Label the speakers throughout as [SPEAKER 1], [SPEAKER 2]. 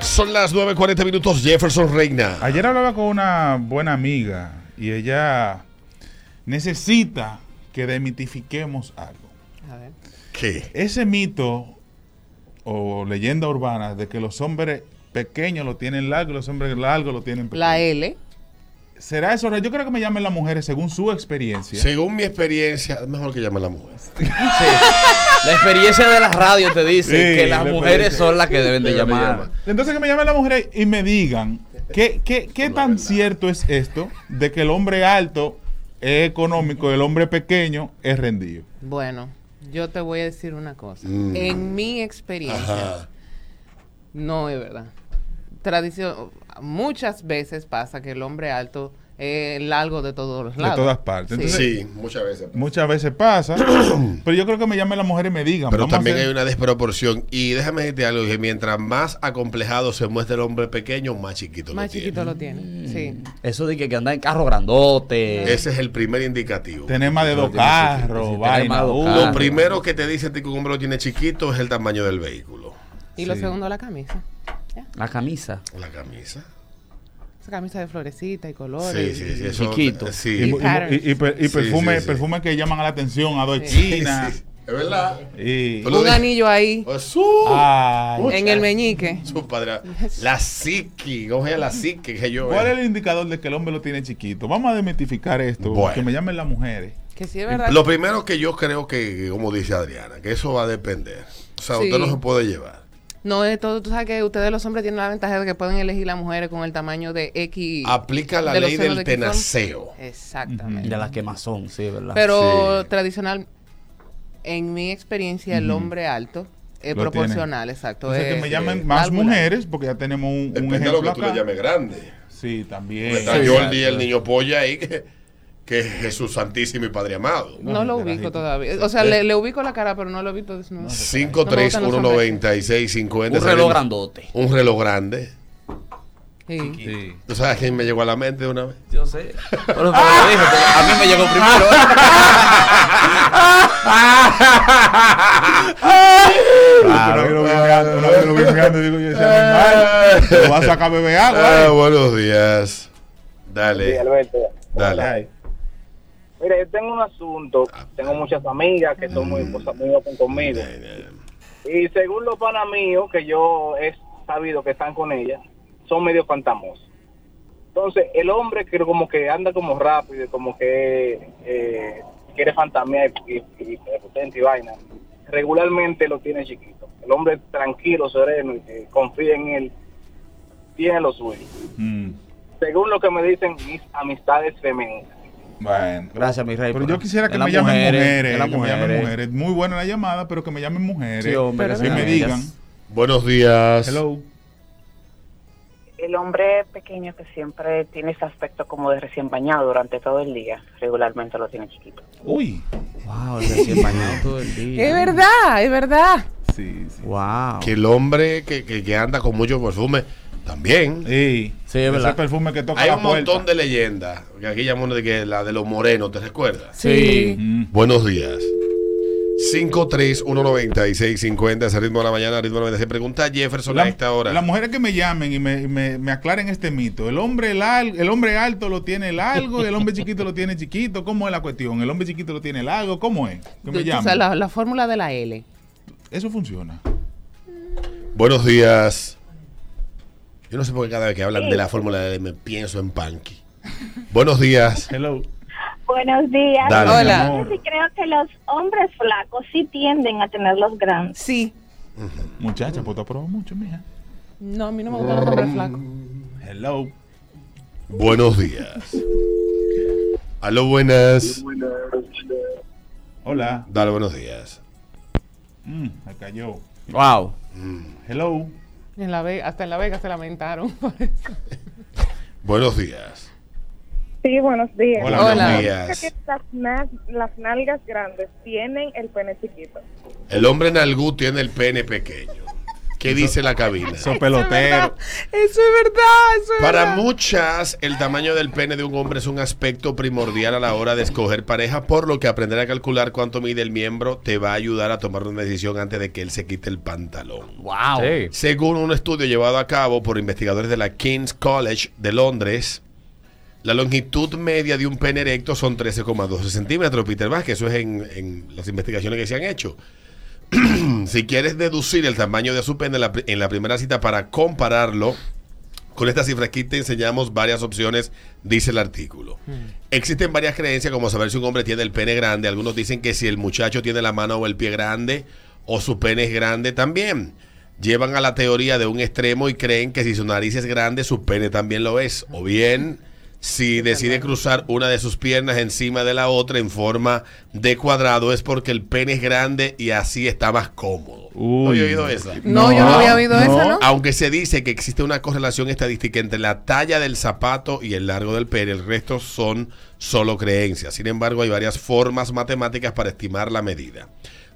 [SPEAKER 1] Son las 9.40 minutos, Jefferson Reina.
[SPEAKER 2] Ayer hablaba con una buena amiga y ella necesita que demitifiquemos algo.
[SPEAKER 3] A ver.
[SPEAKER 1] ¿Qué?
[SPEAKER 2] Ese mito o leyenda urbana de que los hombres pequeños lo tienen largo y los hombres largos lo tienen pequeño.
[SPEAKER 3] La L.
[SPEAKER 2] ¿Será eso? Yo creo que me llamen las mujeres según su experiencia.
[SPEAKER 1] Según mi experiencia, mejor que llame a la mujer.
[SPEAKER 4] La experiencia de la radio te dice
[SPEAKER 2] Sí,
[SPEAKER 4] que las
[SPEAKER 2] la
[SPEAKER 4] mujeres
[SPEAKER 2] experiencia.
[SPEAKER 4] son las que deben de
[SPEAKER 1] Deben de
[SPEAKER 4] llamar.
[SPEAKER 1] llamar.
[SPEAKER 2] Entonces que me llamen las mujeres y me digan qué, qué, qué
[SPEAKER 1] La
[SPEAKER 2] tan
[SPEAKER 1] verdad.
[SPEAKER 2] cierto es esto de que el hombre alto es económico y el hombre pequeño es rendido.
[SPEAKER 3] Bueno, yo te voy a decir una cosa.
[SPEAKER 1] Mm.
[SPEAKER 3] En mi experiencia,
[SPEAKER 1] Ajá.
[SPEAKER 3] no es verdad. Tradición, muchas veces pasa que el hombre alto es largo de todos los
[SPEAKER 2] De
[SPEAKER 3] lados.
[SPEAKER 2] todas partes.
[SPEAKER 3] Sí.
[SPEAKER 2] Entonces,
[SPEAKER 1] Sí, muchas veces.
[SPEAKER 2] Muchas veces pasa, pero yo creo que me llamen las mujeres y me digan.
[SPEAKER 1] Pero
[SPEAKER 2] vamos a
[SPEAKER 1] también hay
[SPEAKER 2] hacer-
[SPEAKER 1] una desproporción. Y déjame decirte algo, que mientras más acomplejado se muestra el hombre pequeño, más chiquito
[SPEAKER 3] Más
[SPEAKER 1] lo tiene.
[SPEAKER 3] chiquito lo
[SPEAKER 1] Mm.
[SPEAKER 3] tiene. Sí.
[SPEAKER 4] Eso de que, que andar en carro grandote.
[SPEAKER 1] Ese es el primer indicativo.
[SPEAKER 2] Tener más de dos
[SPEAKER 4] tiene sentido, sí,
[SPEAKER 2] carros,
[SPEAKER 4] tener
[SPEAKER 2] vaina.
[SPEAKER 4] más de dos
[SPEAKER 2] uh,
[SPEAKER 4] carros.
[SPEAKER 3] Ah.
[SPEAKER 1] Lo primero que te dice a ti que un hombre lo tiene chiquito es el tamaño del vehículo.
[SPEAKER 3] Y lo
[SPEAKER 2] Sí.
[SPEAKER 3] segundo, la camisa.
[SPEAKER 4] La camisa.
[SPEAKER 1] La camisa.
[SPEAKER 3] Esa camisa de florecita y
[SPEAKER 1] Sí,
[SPEAKER 3] colores.
[SPEAKER 1] sí, sí. eso-
[SPEAKER 4] Chiquito.
[SPEAKER 2] Y,
[SPEAKER 1] Sí.
[SPEAKER 2] mu- y mu- y- y per- y
[SPEAKER 1] Sí, sí,
[SPEAKER 2] perfume,
[SPEAKER 1] sí.
[SPEAKER 2] perfume que llaman la atención a dos
[SPEAKER 3] Sí.
[SPEAKER 2] esquinas.
[SPEAKER 1] Sí, Es verdad.
[SPEAKER 2] Y,
[SPEAKER 1] Tú lo
[SPEAKER 3] Un
[SPEAKER 1] dices.
[SPEAKER 3] anillo ahí,
[SPEAKER 1] Oh, su-
[SPEAKER 2] Ah,
[SPEAKER 1] uh,
[SPEAKER 2] Ay.
[SPEAKER 3] en el meñique.
[SPEAKER 1] su padre. La psiqui. ¿Cómo se llama la psiqui? Que yo.
[SPEAKER 2] ¿Cuál es el indicador de que el hombre lo tiene chiquito? Vamos a demitificar esto,
[SPEAKER 1] Bueno.
[SPEAKER 2] que me llamen las mujeres.
[SPEAKER 3] Que sí es verdad.
[SPEAKER 1] Lo primero que yo creo que, como dice Adriana, que eso va a depender. O sea,
[SPEAKER 3] Sí.
[SPEAKER 1] usted no se puede llevar.
[SPEAKER 3] No es todo. Tú sabes que ustedes los hombres tienen la ventaja de que pueden elegir las mujeres con el tamaño de X.
[SPEAKER 1] Aplica la
[SPEAKER 3] de los
[SPEAKER 1] ley
[SPEAKER 3] senos
[SPEAKER 1] del
[SPEAKER 3] de que son.
[SPEAKER 1] tenaceo.
[SPEAKER 3] Exactamente.
[SPEAKER 4] De las quemazón, Ah, sí, ¿verdad?
[SPEAKER 3] Pero
[SPEAKER 1] Sí.
[SPEAKER 3] tradicional, en mi experiencia, el hombre alto es
[SPEAKER 2] Lo
[SPEAKER 3] proporcional, exacto.
[SPEAKER 2] Entonces que
[SPEAKER 3] es,
[SPEAKER 2] me
[SPEAKER 3] eh,
[SPEAKER 2] llamen más
[SPEAKER 3] valvular.
[SPEAKER 2] mujeres, porque ya tenemos un, un
[SPEAKER 1] Depende de lo que
[SPEAKER 2] ejemplo
[SPEAKER 1] tú le
[SPEAKER 2] acá.
[SPEAKER 1] llames grande.
[SPEAKER 2] Sí, también.
[SPEAKER 1] Porque Está
[SPEAKER 2] Sí,
[SPEAKER 1] yo el
[SPEAKER 2] exacto.
[SPEAKER 1] día el niño polla ahí, que, que es Jesús Santísimo y Padre Amado.
[SPEAKER 3] No lo
[SPEAKER 2] No,
[SPEAKER 3] ubico
[SPEAKER 2] carajito.
[SPEAKER 3] todavía. O sea, le, le ubico la cara, pero no lo he visto desnudo.
[SPEAKER 1] 5319650.
[SPEAKER 4] Un reloj grandote.
[SPEAKER 1] Un reloj grande.
[SPEAKER 3] Sí.
[SPEAKER 2] Sí.
[SPEAKER 1] ¿Tú sabes quién me llegó a la mente de una vez?
[SPEAKER 4] Yo sé. Bueno, pero
[SPEAKER 2] Ah.
[SPEAKER 4] lo dije, porque a mí me llegó primero.
[SPEAKER 2] Pero lo vi mirando, lo vi- lo vi mirando y digo, yo ese animal, lo va a sacar a beber
[SPEAKER 1] Ah,
[SPEAKER 2] agua. eh.
[SPEAKER 1] buenos días.
[SPEAKER 5] Sí,
[SPEAKER 1] Dale,
[SPEAKER 5] Alberto.
[SPEAKER 1] dale.
[SPEAKER 2] Ay.
[SPEAKER 5] Mira, yo tengo un asunto. Tengo muchas amigas que son muy, pues, muy open conmigo. Y según los panas míos, que yo he sabido que están con ella, son medio fantamosos. Entonces, el hombre que como que anda como rápido, como que eh, quiere fantamear y, y- y potente y vaina, regularmente lo tiene chiquito. El hombre tranquilo, sereno, y que confía en él, tiene lo suyo.
[SPEAKER 2] Mm,
[SPEAKER 5] Según lo que me dicen mis amistades femeninas.
[SPEAKER 2] Bueno.
[SPEAKER 4] Gracias, mi rey.
[SPEAKER 2] Pero yo quisiera que
[SPEAKER 4] En las
[SPEAKER 2] me llamen mujeres,
[SPEAKER 4] en las
[SPEAKER 2] que me llamen
[SPEAKER 4] mujeres.
[SPEAKER 2] mujeres. Muy buena la llamada, pero que me llamen mujeres.
[SPEAKER 4] Sí, hombre,
[SPEAKER 3] Pero
[SPEAKER 4] que
[SPEAKER 2] que
[SPEAKER 4] sean
[SPEAKER 2] me
[SPEAKER 4] ellas.
[SPEAKER 2] digan.
[SPEAKER 1] Buenos días.
[SPEAKER 2] Hello.
[SPEAKER 6] El hombre pequeño que siempre tiene ese aspecto como de recién bañado durante todo el día, regularmente lo tiene chiquito.
[SPEAKER 2] Uy.
[SPEAKER 4] Wow, recién bañado todo el día.
[SPEAKER 3] Es verdad, es verdad.
[SPEAKER 2] Sí, sí.
[SPEAKER 4] Wow.
[SPEAKER 1] Que el hombre que, que- que anda con mucho perfume también.
[SPEAKER 2] Sí,
[SPEAKER 4] Sí, es verdad.
[SPEAKER 2] Ese perfume que toca
[SPEAKER 1] Hay
[SPEAKER 2] la
[SPEAKER 1] un
[SPEAKER 2] puerta.
[SPEAKER 1] montón de leyendas. que Aquí llamamos de que la de los morenos, ¿te recuerdas?
[SPEAKER 4] Sí.
[SPEAKER 2] Mm.
[SPEAKER 1] Buenos días. 5319650 es el ritmo de la mañana, el ritmo de la mañana. Se pregunta Jefferson a
[SPEAKER 2] La-
[SPEAKER 1] esta hora.
[SPEAKER 2] Las mujeres que me llamen y me, y me- me aclaren este mito. El hombre, lar- el hombre alto lo tiene largo y el hombre chiquito lo tiene chiquito. ¿Cómo es la cuestión? ¿El hombre chiquito lo tiene largo? ¿Cómo es? Que
[SPEAKER 3] Tú-
[SPEAKER 2] me
[SPEAKER 3] tú sabes,
[SPEAKER 2] llamen.
[SPEAKER 3] la, la fórmula de la L.
[SPEAKER 2] Eso funciona.
[SPEAKER 1] Buenos días. Yo no sé por qué cada vez que hablan de la fórmula de me pienso en Panky. Buenos días.
[SPEAKER 2] Hello.
[SPEAKER 7] Buenos días.
[SPEAKER 1] Dale,
[SPEAKER 3] Hola.
[SPEAKER 2] mi
[SPEAKER 7] Yo
[SPEAKER 2] amor.
[SPEAKER 7] sí creo que los hombres flacos sí tienden a tenerlos grandes.
[SPEAKER 3] Sí.
[SPEAKER 2] Muchacha, pues te has probado mucho, mija.
[SPEAKER 3] No, a mí no me gustan los hombres flacos.
[SPEAKER 2] Hello.
[SPEAKER 1] Buenos días. Aló, buenas.
[SPEAKER 2] Hola.
[SPEAKER 1] Dale, buenos días.
[SPEAKER 2] Mm, me cayó.
[SPEAKER 4] Wow.
[SPEAKER 2] Hello.
[SPEAKER 3] En la Ve- hasta en La Vega se lamentaron por eso.
[SPEAKER 1] Buenos días.
[SPEAKER 8] Sí, buenos días.
[SPEAKER 2] Hola.
[SPEAKER 3] Hola.
[SPEAKER 1] Buenos días.
[SPEAKER 8] Las, na- las nalgas grandes tienen el pene chiquito.
[SPEAKER 1] El hombre nalgú tiene el pene pequeño. ¿Qué dice la cabina?
[SPEAKER 2] Eso pelotero.
[SPEAKER 3] Eso es verdad, eso es
[SPEAKER 1] Para
[SPEAKER 3] verdad.
[SPEAKER 1] muchas, el tamaño del pene de un hombre es un aspecto primordial a la hora de escoger pareja, por lo que aprender a calcular cuánto mide el miembro te va a ayudar a tomar una decisión antes de que él se quite el pantalón.
[SPEAKER 4] Wow.
[SPEAKER 1] Según un estudio llevado a cabo por investigadores de la King's College de Londres, la longitud media de un pene erecto son 13,12 centímetros, Peter Vázquez. Eso es en, en las investigaciones que se han hecho. si quieres deducir el tamaño de su pene en la, pri- en la primera cita para compararlo con esta cifra aquí te enseñamos varias opciones, dice el artículo. Existen varias creencias como saber si un hombre tiene el pene grande. Algunos dicen que si el muchacho tiene la mano o el pie grande o su pene es grande también. Llevan a la teoría de un extremo y creen que si su nariz es grande, su pene también lo es. O bien, si decide cruzar una de sus piernas encima de la otra en forma de cuadrado, es porque el pene es grande y así está más cómodo. ¿No
[SPEAKER 2] Uy.
[SPEAKER 1] había oído esa?
[SPEAKER 3] No, yo no había oído eso, ¿no?
[SPEAKER 1] Aunque se dice que existe una correlación estadística entre la talla del zapato y el largo del pene, el resto son solo creencias. Sin embargo, hay varias formas matemáticas para estimar la medida.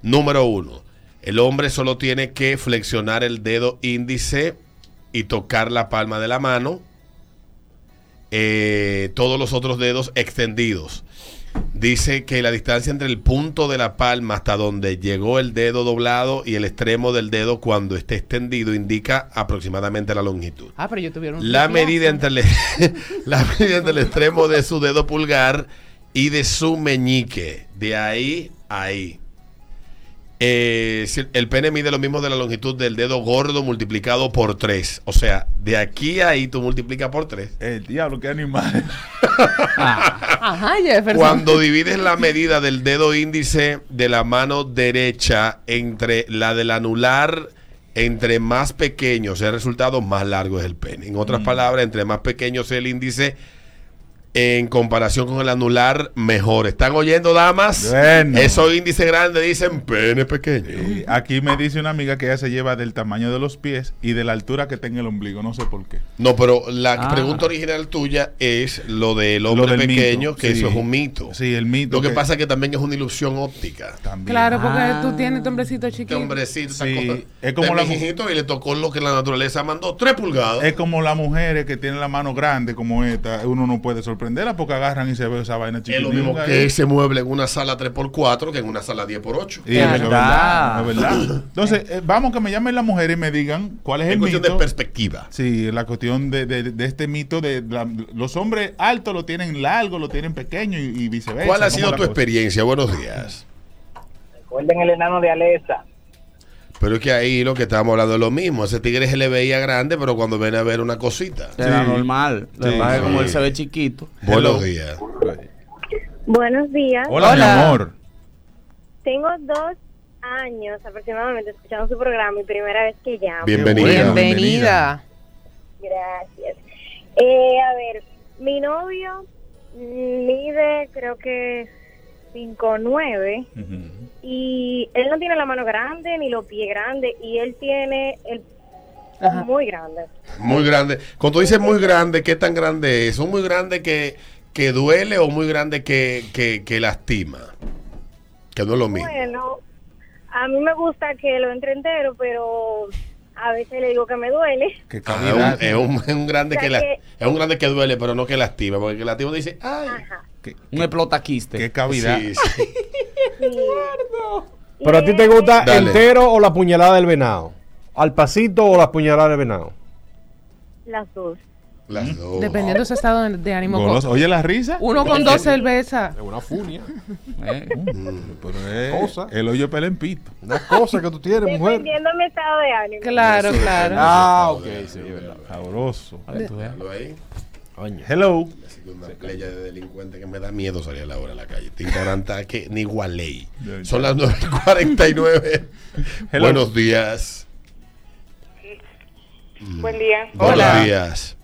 [SPEAKER 1] Número uno, el hombre solo tiene que flexionar el dedo índice y tocar la palma de la mano, eh, todos los otros dedos extendidos. Dice que la distancia entre el punto de la palma hasta donde llegó el dedo doblado y el extremo del dedo cuando esté extendido indica aproximadamente la longitud.
[SPEAKER 3] Ah, pero yo tuvieron un
[SPEAKER 1] La
[SPEAKER 3] triplazo.
[SPEAKER 1] medida entre el, la medida entre el extremo de su dedo pulgar y de su meñique. De ahí a ahí. Eh, si el pene mide lo mismo de la longitud del dedo gordo multiplicado por 3. O sea, de aquí a ahí tú multiplicas por 3.
[SPEAKER 2] El diablo, qué animal.
[SPEAKER 3] Ajá, Jefferson.
[SPEAKER 1] Cuando divides la medida del dedo índice de la mano derecha entre la del anular, entre más pequeño sea el resultado, más largo es el pene. En otras palabras, entre más pequeño sea el índice en comparación con el anular, mejor. ¿Están oyendo, damas?
[SPEAKER 2] Bueno.
[SPEAKER 1] Esos índices grandes dicen pene pequeño.
[SPEAKER 2] Y Eh, Aquí me dice una amiga que ella se lleva del tamaño de los pies y de la altura que tenga el ombligo, no sé por qué.
[SPEAKER 1] No, pero la
[SPEAKER 4] Ah.
[SPEAKER 1] pregunta original tuya es lo del hombre
[SPEAKER 2] del mito,
[SPEAKER 1] pequeño, que
[SPEAKER 2] sí.
[SPEAKER 1] eso es un mito.
[SPEAKER 2] Sí, el mito
[SPEAKER 1] Lo que
[SPEAKER 2] que-
[SPEAKER 1] pasa es que también es una ilusión óptica.
[SPEAKER 2] También.
[SPEAKER 3] Claro, porque
[SPEAKER 4] Ah.
[SPEAKER 3] tú tienes tu hombrecito
[SPEAKER 1] Este
[SPEAKER 3] chiquito.
[SPEAKER 1] hombrecito, esa
[SPEAKER 2] Sí,
[SPEAKER 1] cosa.
[SPEAKER 2] es como
[SPEAKER 1] De
[SPEAKER 2] la mu-
[SPEAKER 1] mijito, y le tocó lo que la naturaleza mandó, tres pulgadas.
[SPEAKER 2] Es como las mujeres que tienen la mano grande como esta, uno no puede sorprenderla porque agarran y se ve esa vaina
[SPEAKER 1] Es
[SPEAKER 2] chiquitita.
[SPEAKER 1] lo mismo
[SPEAKER 2] ahí.
[SPEAKER 1] que ese mueble en una sala 3x4 que en una sala 10x8.
[SPEAKER 2] Y es verdad,
[SPEAKER 4] Verdad.
[SPEAKER 2] es verdad. Entonces, eh, vamos que me llamen las mujeres y me digan cuál es
[SPEAKER 1] Es
[SPEAKER 2] el
[SPEAKER 1] cuestión de
[SPEAKER 2] mito.
[SPEAKER 1] perspectiva.
[SPEAKER 2] Sí, la cuestión de, de- de este mito de la- los hombres altos lo tienen largo, lo tienen pequeño y, y viceversa.
[SPEAKER 1] ¿Cuál ha
[SPEAKER 2] ¿Cómo
[SPEAKER 1] sido
[SPEAKER 2] la
[SPEAKER 1] tu
[SPEAKER 2] cosa?
[SPEAKER 1] experiencia? Buenos días.
[SPEAKER 5] Recuerden el enano de Alesa.
[SPEAKER 1] Pero es que ahí lo que estábamos hablando es lo mismo. Ese tigre se le veía grande, pero cuando viene a ver una cosita.
[SPEAKER 4] Era
[SPEAKER 2] Sí.
[SPEAKER 4] normal. Lo que
[SPEAKER 2] Sí,
[SPEAKER 4] pasa es
[SPEAKER 2] sí.
[SPEAKER 4] que como él se ve chiquito.
[SPEAKER 1] Buenos días.
[SPEAKER 8] Buenos días.
[SPEAKER 2] Hola, mi
[SPEAKER 4] Hola.
[SPEAKER 2] amor.
[SPEAKER 8] Tengo dos años aproximadamente escuchando su programa y primera vez que llamo.
[SPEAKER 1] Bienvenida.
[SPEAKER 2] bueno.
[SPEAKER 3] Bienvenida.
[SPEAKER 8] Gracias. Eh, a ver, mi novio mide creo que 5'9 y él no tiene la mano grande ni los pies grandes y él tiene el
[SPEAKER 3] Ajá.
[SPEAKER 8] muy grande.
[SPEAKER 1] Muy grande. Cuando tú dices muy grande, ¿qué tan grande es? ¿Un muy grande que, que duele o muy grande que, que, que lastima? Que no es lo mismo.
[SPEAKER 8] Bueno, a mí me gusta que lo entre entero, pero a veces le digo que me duele.
[SPEAKER 2] Qué
[SPEAKER 1] Ah,
[SPEAKER 2] calidad.
[SPEAKER 1] es, un, es un- es un grande
[SPEAKER 8] O sea
[SPEAKER 1] que la-
[SPEAKER 8] que-
[SPEAKER 1] es un grande que duele, pero no que lastima, porque el que lastima dice, ay,
[SPEAKER 4] Un
[SPEAKER 2] Qué
[SPEAKER 4] explotaquiste.
[SPEAKER 2] cavidad.
[SPEAKER 1] Sí, sí.
[SPEAKER 9] Pero a ti te gusta
[SPEAKER 1] Dale.
[SPEAKER 9] entero o la puñalada del venado. Al pasito o la puñalada del venado.
[SPEAKER 8] Las dos.
[SPEAKER 1] las
[SPEAKER 2] Oh.
[SPEAKER 1] dos.
[SPEAKER 3] Dependiendo de su estado de- de ánimo.
[SPEAKER 2] Golos- Oye, la risa.
[SPEAKER 3] Uno con dos cervezas.
[SPEAKER 9] Es una furia.
[SPEAKER 4] Eh.
[SPEAKER 2] Pero es
[SPEAKER 9] Cosa.
[SPEAKER 2] el hoyo pelempito.
[SPEAKER 9] Una cosa que tú tienes, mujer.
[SPEAKER 8] Dependiendo de mi estado de ánimo.
[SPEAKER 3] Claro, claro.
[SPEAKER 9] Ah, ok, sí, verdad.
[SPEAKER 2] Sabroso.
[SPEAKER 4] A ver, tú veas.
[SPEAKER 1] Déjalo ahí.
[SPEAKER 9] Coño.
[SPEAKER 2] Hello.
[SPEAKER 1] Así que una playa de delincuentes que me da miedo salir a la hora a la calle. Te ignoranta que ni igual ley. Son las 9.49.
[SPEAKER 2] Hello.
[SPEAKER 1] Buenos días. Mm.
[SPEAKER 10] Buen día.
[SPEAKER 1] Buenos días.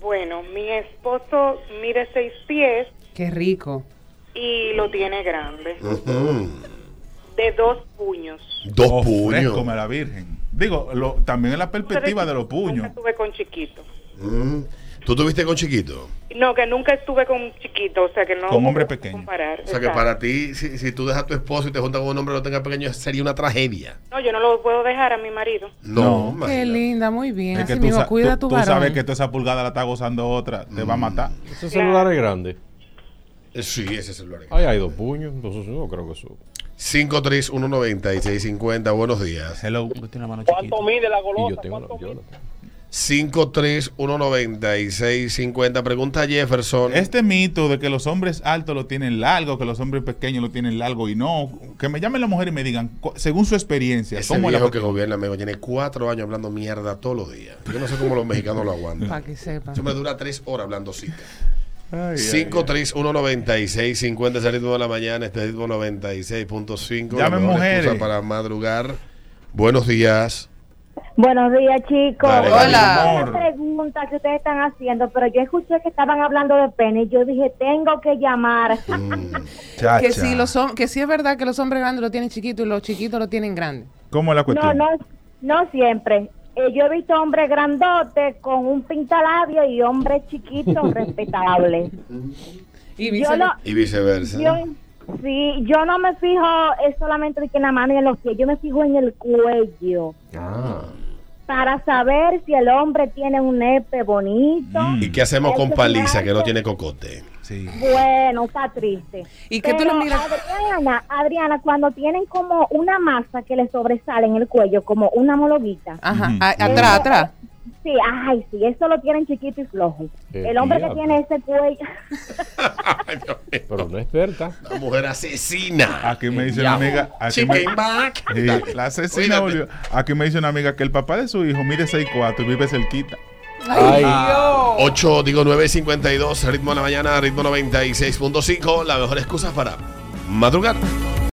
[SPEAKER 10] Bueno, mi esposo mide seis pies
[SPEAKER 3] Qué rico.
[SPEAKER 10] y lo tiene grande,
[SPEAKER 1] Ujú.
[SPEAKER 10] de dos puños.
[SPEAKER 1] Dos
[SPEAKER 2] Oh,
[SPEAKER 1] puños.
[SPEAKER 2] fresco, me
[SPEAKER 1] Pues
[SPEAKER 2] la virgen. Digo, lo- también en la perspectiva de los puños.
[SPEAKER 10] Nunca Estuve con chiquito.
[SPEAKER 1] Mm. ¿Tú tuviste con chiquito?
[SPEAKER 10] No, que nunca estuve con chiquito, o sea que no.
[SPEAKER 1] Con hombre
[SPEAKER 10] puedo
[SPEAKER 1] pequeño.
[SPEAKER 10] comparar,
[SPEAKER 1] O sea, que
[SPEAKER 10] exacto.
[SPEAKER 1] para ti, si, si tú dejas a tu esposo y te juntas con un hombre que lo tenga pequeño, sería una tragedia.
[SPEAKER 10] No, yo no lo puedo dejar a mi marido.
[SPEAKER 1] No,
[SPEAKER 3] Qué linda, muy bien.
[SPEAKER 2] Es que
[SPEAKER 3] Así
[SPEAKER 2] tú,
[SPEAKER 3] mismo,
[SPEAKER 2] sa-
[SPEAKER 3] cuida
[SPEAKER 2] tú-
[SPEAKER 3] tu
[SPEAKER 2] tú
[SPEAKER 3] varón.
[SPEAKER 2] sabes que toda esa pulgada la está gozando otra, te
[SPEAKER 1] Mm.
[SPEAKER 2] va a matar.
[SPEAKER 9] Ese celular es grande.
[SPEAKER 1] Sí, ese celular.
[SPEAKER 9] Ahí hay dos puños, entonces yo creo que eso.
[SPEAKER 1] 5319650, buenos días.
[SPEAKER 2] Hello.
[SPEAKER 5] ¿Cuánto mide la golosa? ¿Cuánto mide?
[SPEAKER 1] 5319650, pregunta a Jefferson.
[SPEAKER 2] Este mito de que los hombres altos lo tienen largo, que los hombres pequeños lo tienen largo y no, que me llamen las mujeres y me digan, cu- según su experiencia,
[SPEAKER 1] Ese
[SPEAKER 2] ¿cómo es la
[SPEAKER 1] viejo que gobierna, amigo, tiene cuatro años hablando mierda todos los días. Yo no sé cómo los mexicanos lo aguantan.
[SPEAKER 3] Para que sepan.
[SPEAKER 1] Eso me dura tres horas hablando cita. 5319650 es el ritmo de la mañana, este ritmo 96.5. la
[SPEAKER 2] Llamen
[SPEAKER 1] mejor
[SPEAKER 2] mujeres.
[SPEAKER 1] excusa Para madrugar. Buenos días.
[SPEAKER 11] Buenos días, chicos.
[SPEAKER 1] Dale, Hola. mi amor.
[SPEAKER 11] Una pregunta que ustedes están haciendo, pero yo escuché que estaban hablando de pene y yo dije, tengo que llamar.
[SPEAKER 3] Que si, los hom- que si es verdad que los hombres grandes lo tienen chiquito y los chiquitos lo tienen grande.
[SPEAKER 2] ¿Cómo es la
[SPEAKER 11] no,
[SPEAKER 2] cuestión?
[SPEAKER 11] no, no siempre. Eh, yo he visto hombres grandotes con un pintalabio y hombres chiquitos respetables.
[SPEAKER 3] Y
[SPEAKER 11] Yo no-
[SPEAKER 1] Y viceversa.
[SPEAKER 11] Yo, sí, yo no me fijo eh, solamente de que en la mano y en los pies, yo me fijo en el cuello
[SPEAKER 3] Ah.
[SPEAKER 11] para saber si el hombre tiene un nepe bonito.
[SPEAKER 3] Mm.
[SPEAKER 1] ¿Y qué hacemos con
[SPEAKER 11] Este
[SPEAKER 1] paliza que no tiene cocote?
[SPEAKER 11] Bueno, está triste.
[SPEAKER 3] ¿Y qué tú lo miras?
[SPEAKER 11] Adriana, Adriana, cuando tienen como una masa que le sobresale en el cuello, como una mologuita.
[SPEAKER 3] Ajá, a- atrás, atrás.
[SPEAKER 11] Sí, ay, sí, eso lo tienen chiquito y flojo.
[SPEAKER 9] Eh,
[SPEAKER 11] el hombre
[SPEAKER 9] diablo.
[SPEAKER 11] que tiene ese cuello.
[SPEAKER 9] Pero no experta.
[SPEAKER 1] La mujer asesina.
[SPEAKER 2] Aquí me dice
[SPEAKER 9] Ya.
[SPEAKER 2] una amiga, aquí me-
[SPEAKER 1] Chicken back.
[SPEAKER 2] Sí, la asesina volvió. Aquí me dice una amiga que el papá de su hijo mide 6'4 y vive cerquita.
[SPEAKER 9] Ay,
[SPEAKER 1] 8, digo 9.52, ritmo de la mañana, ritmo 96.5, la mejor excusa para madrugar.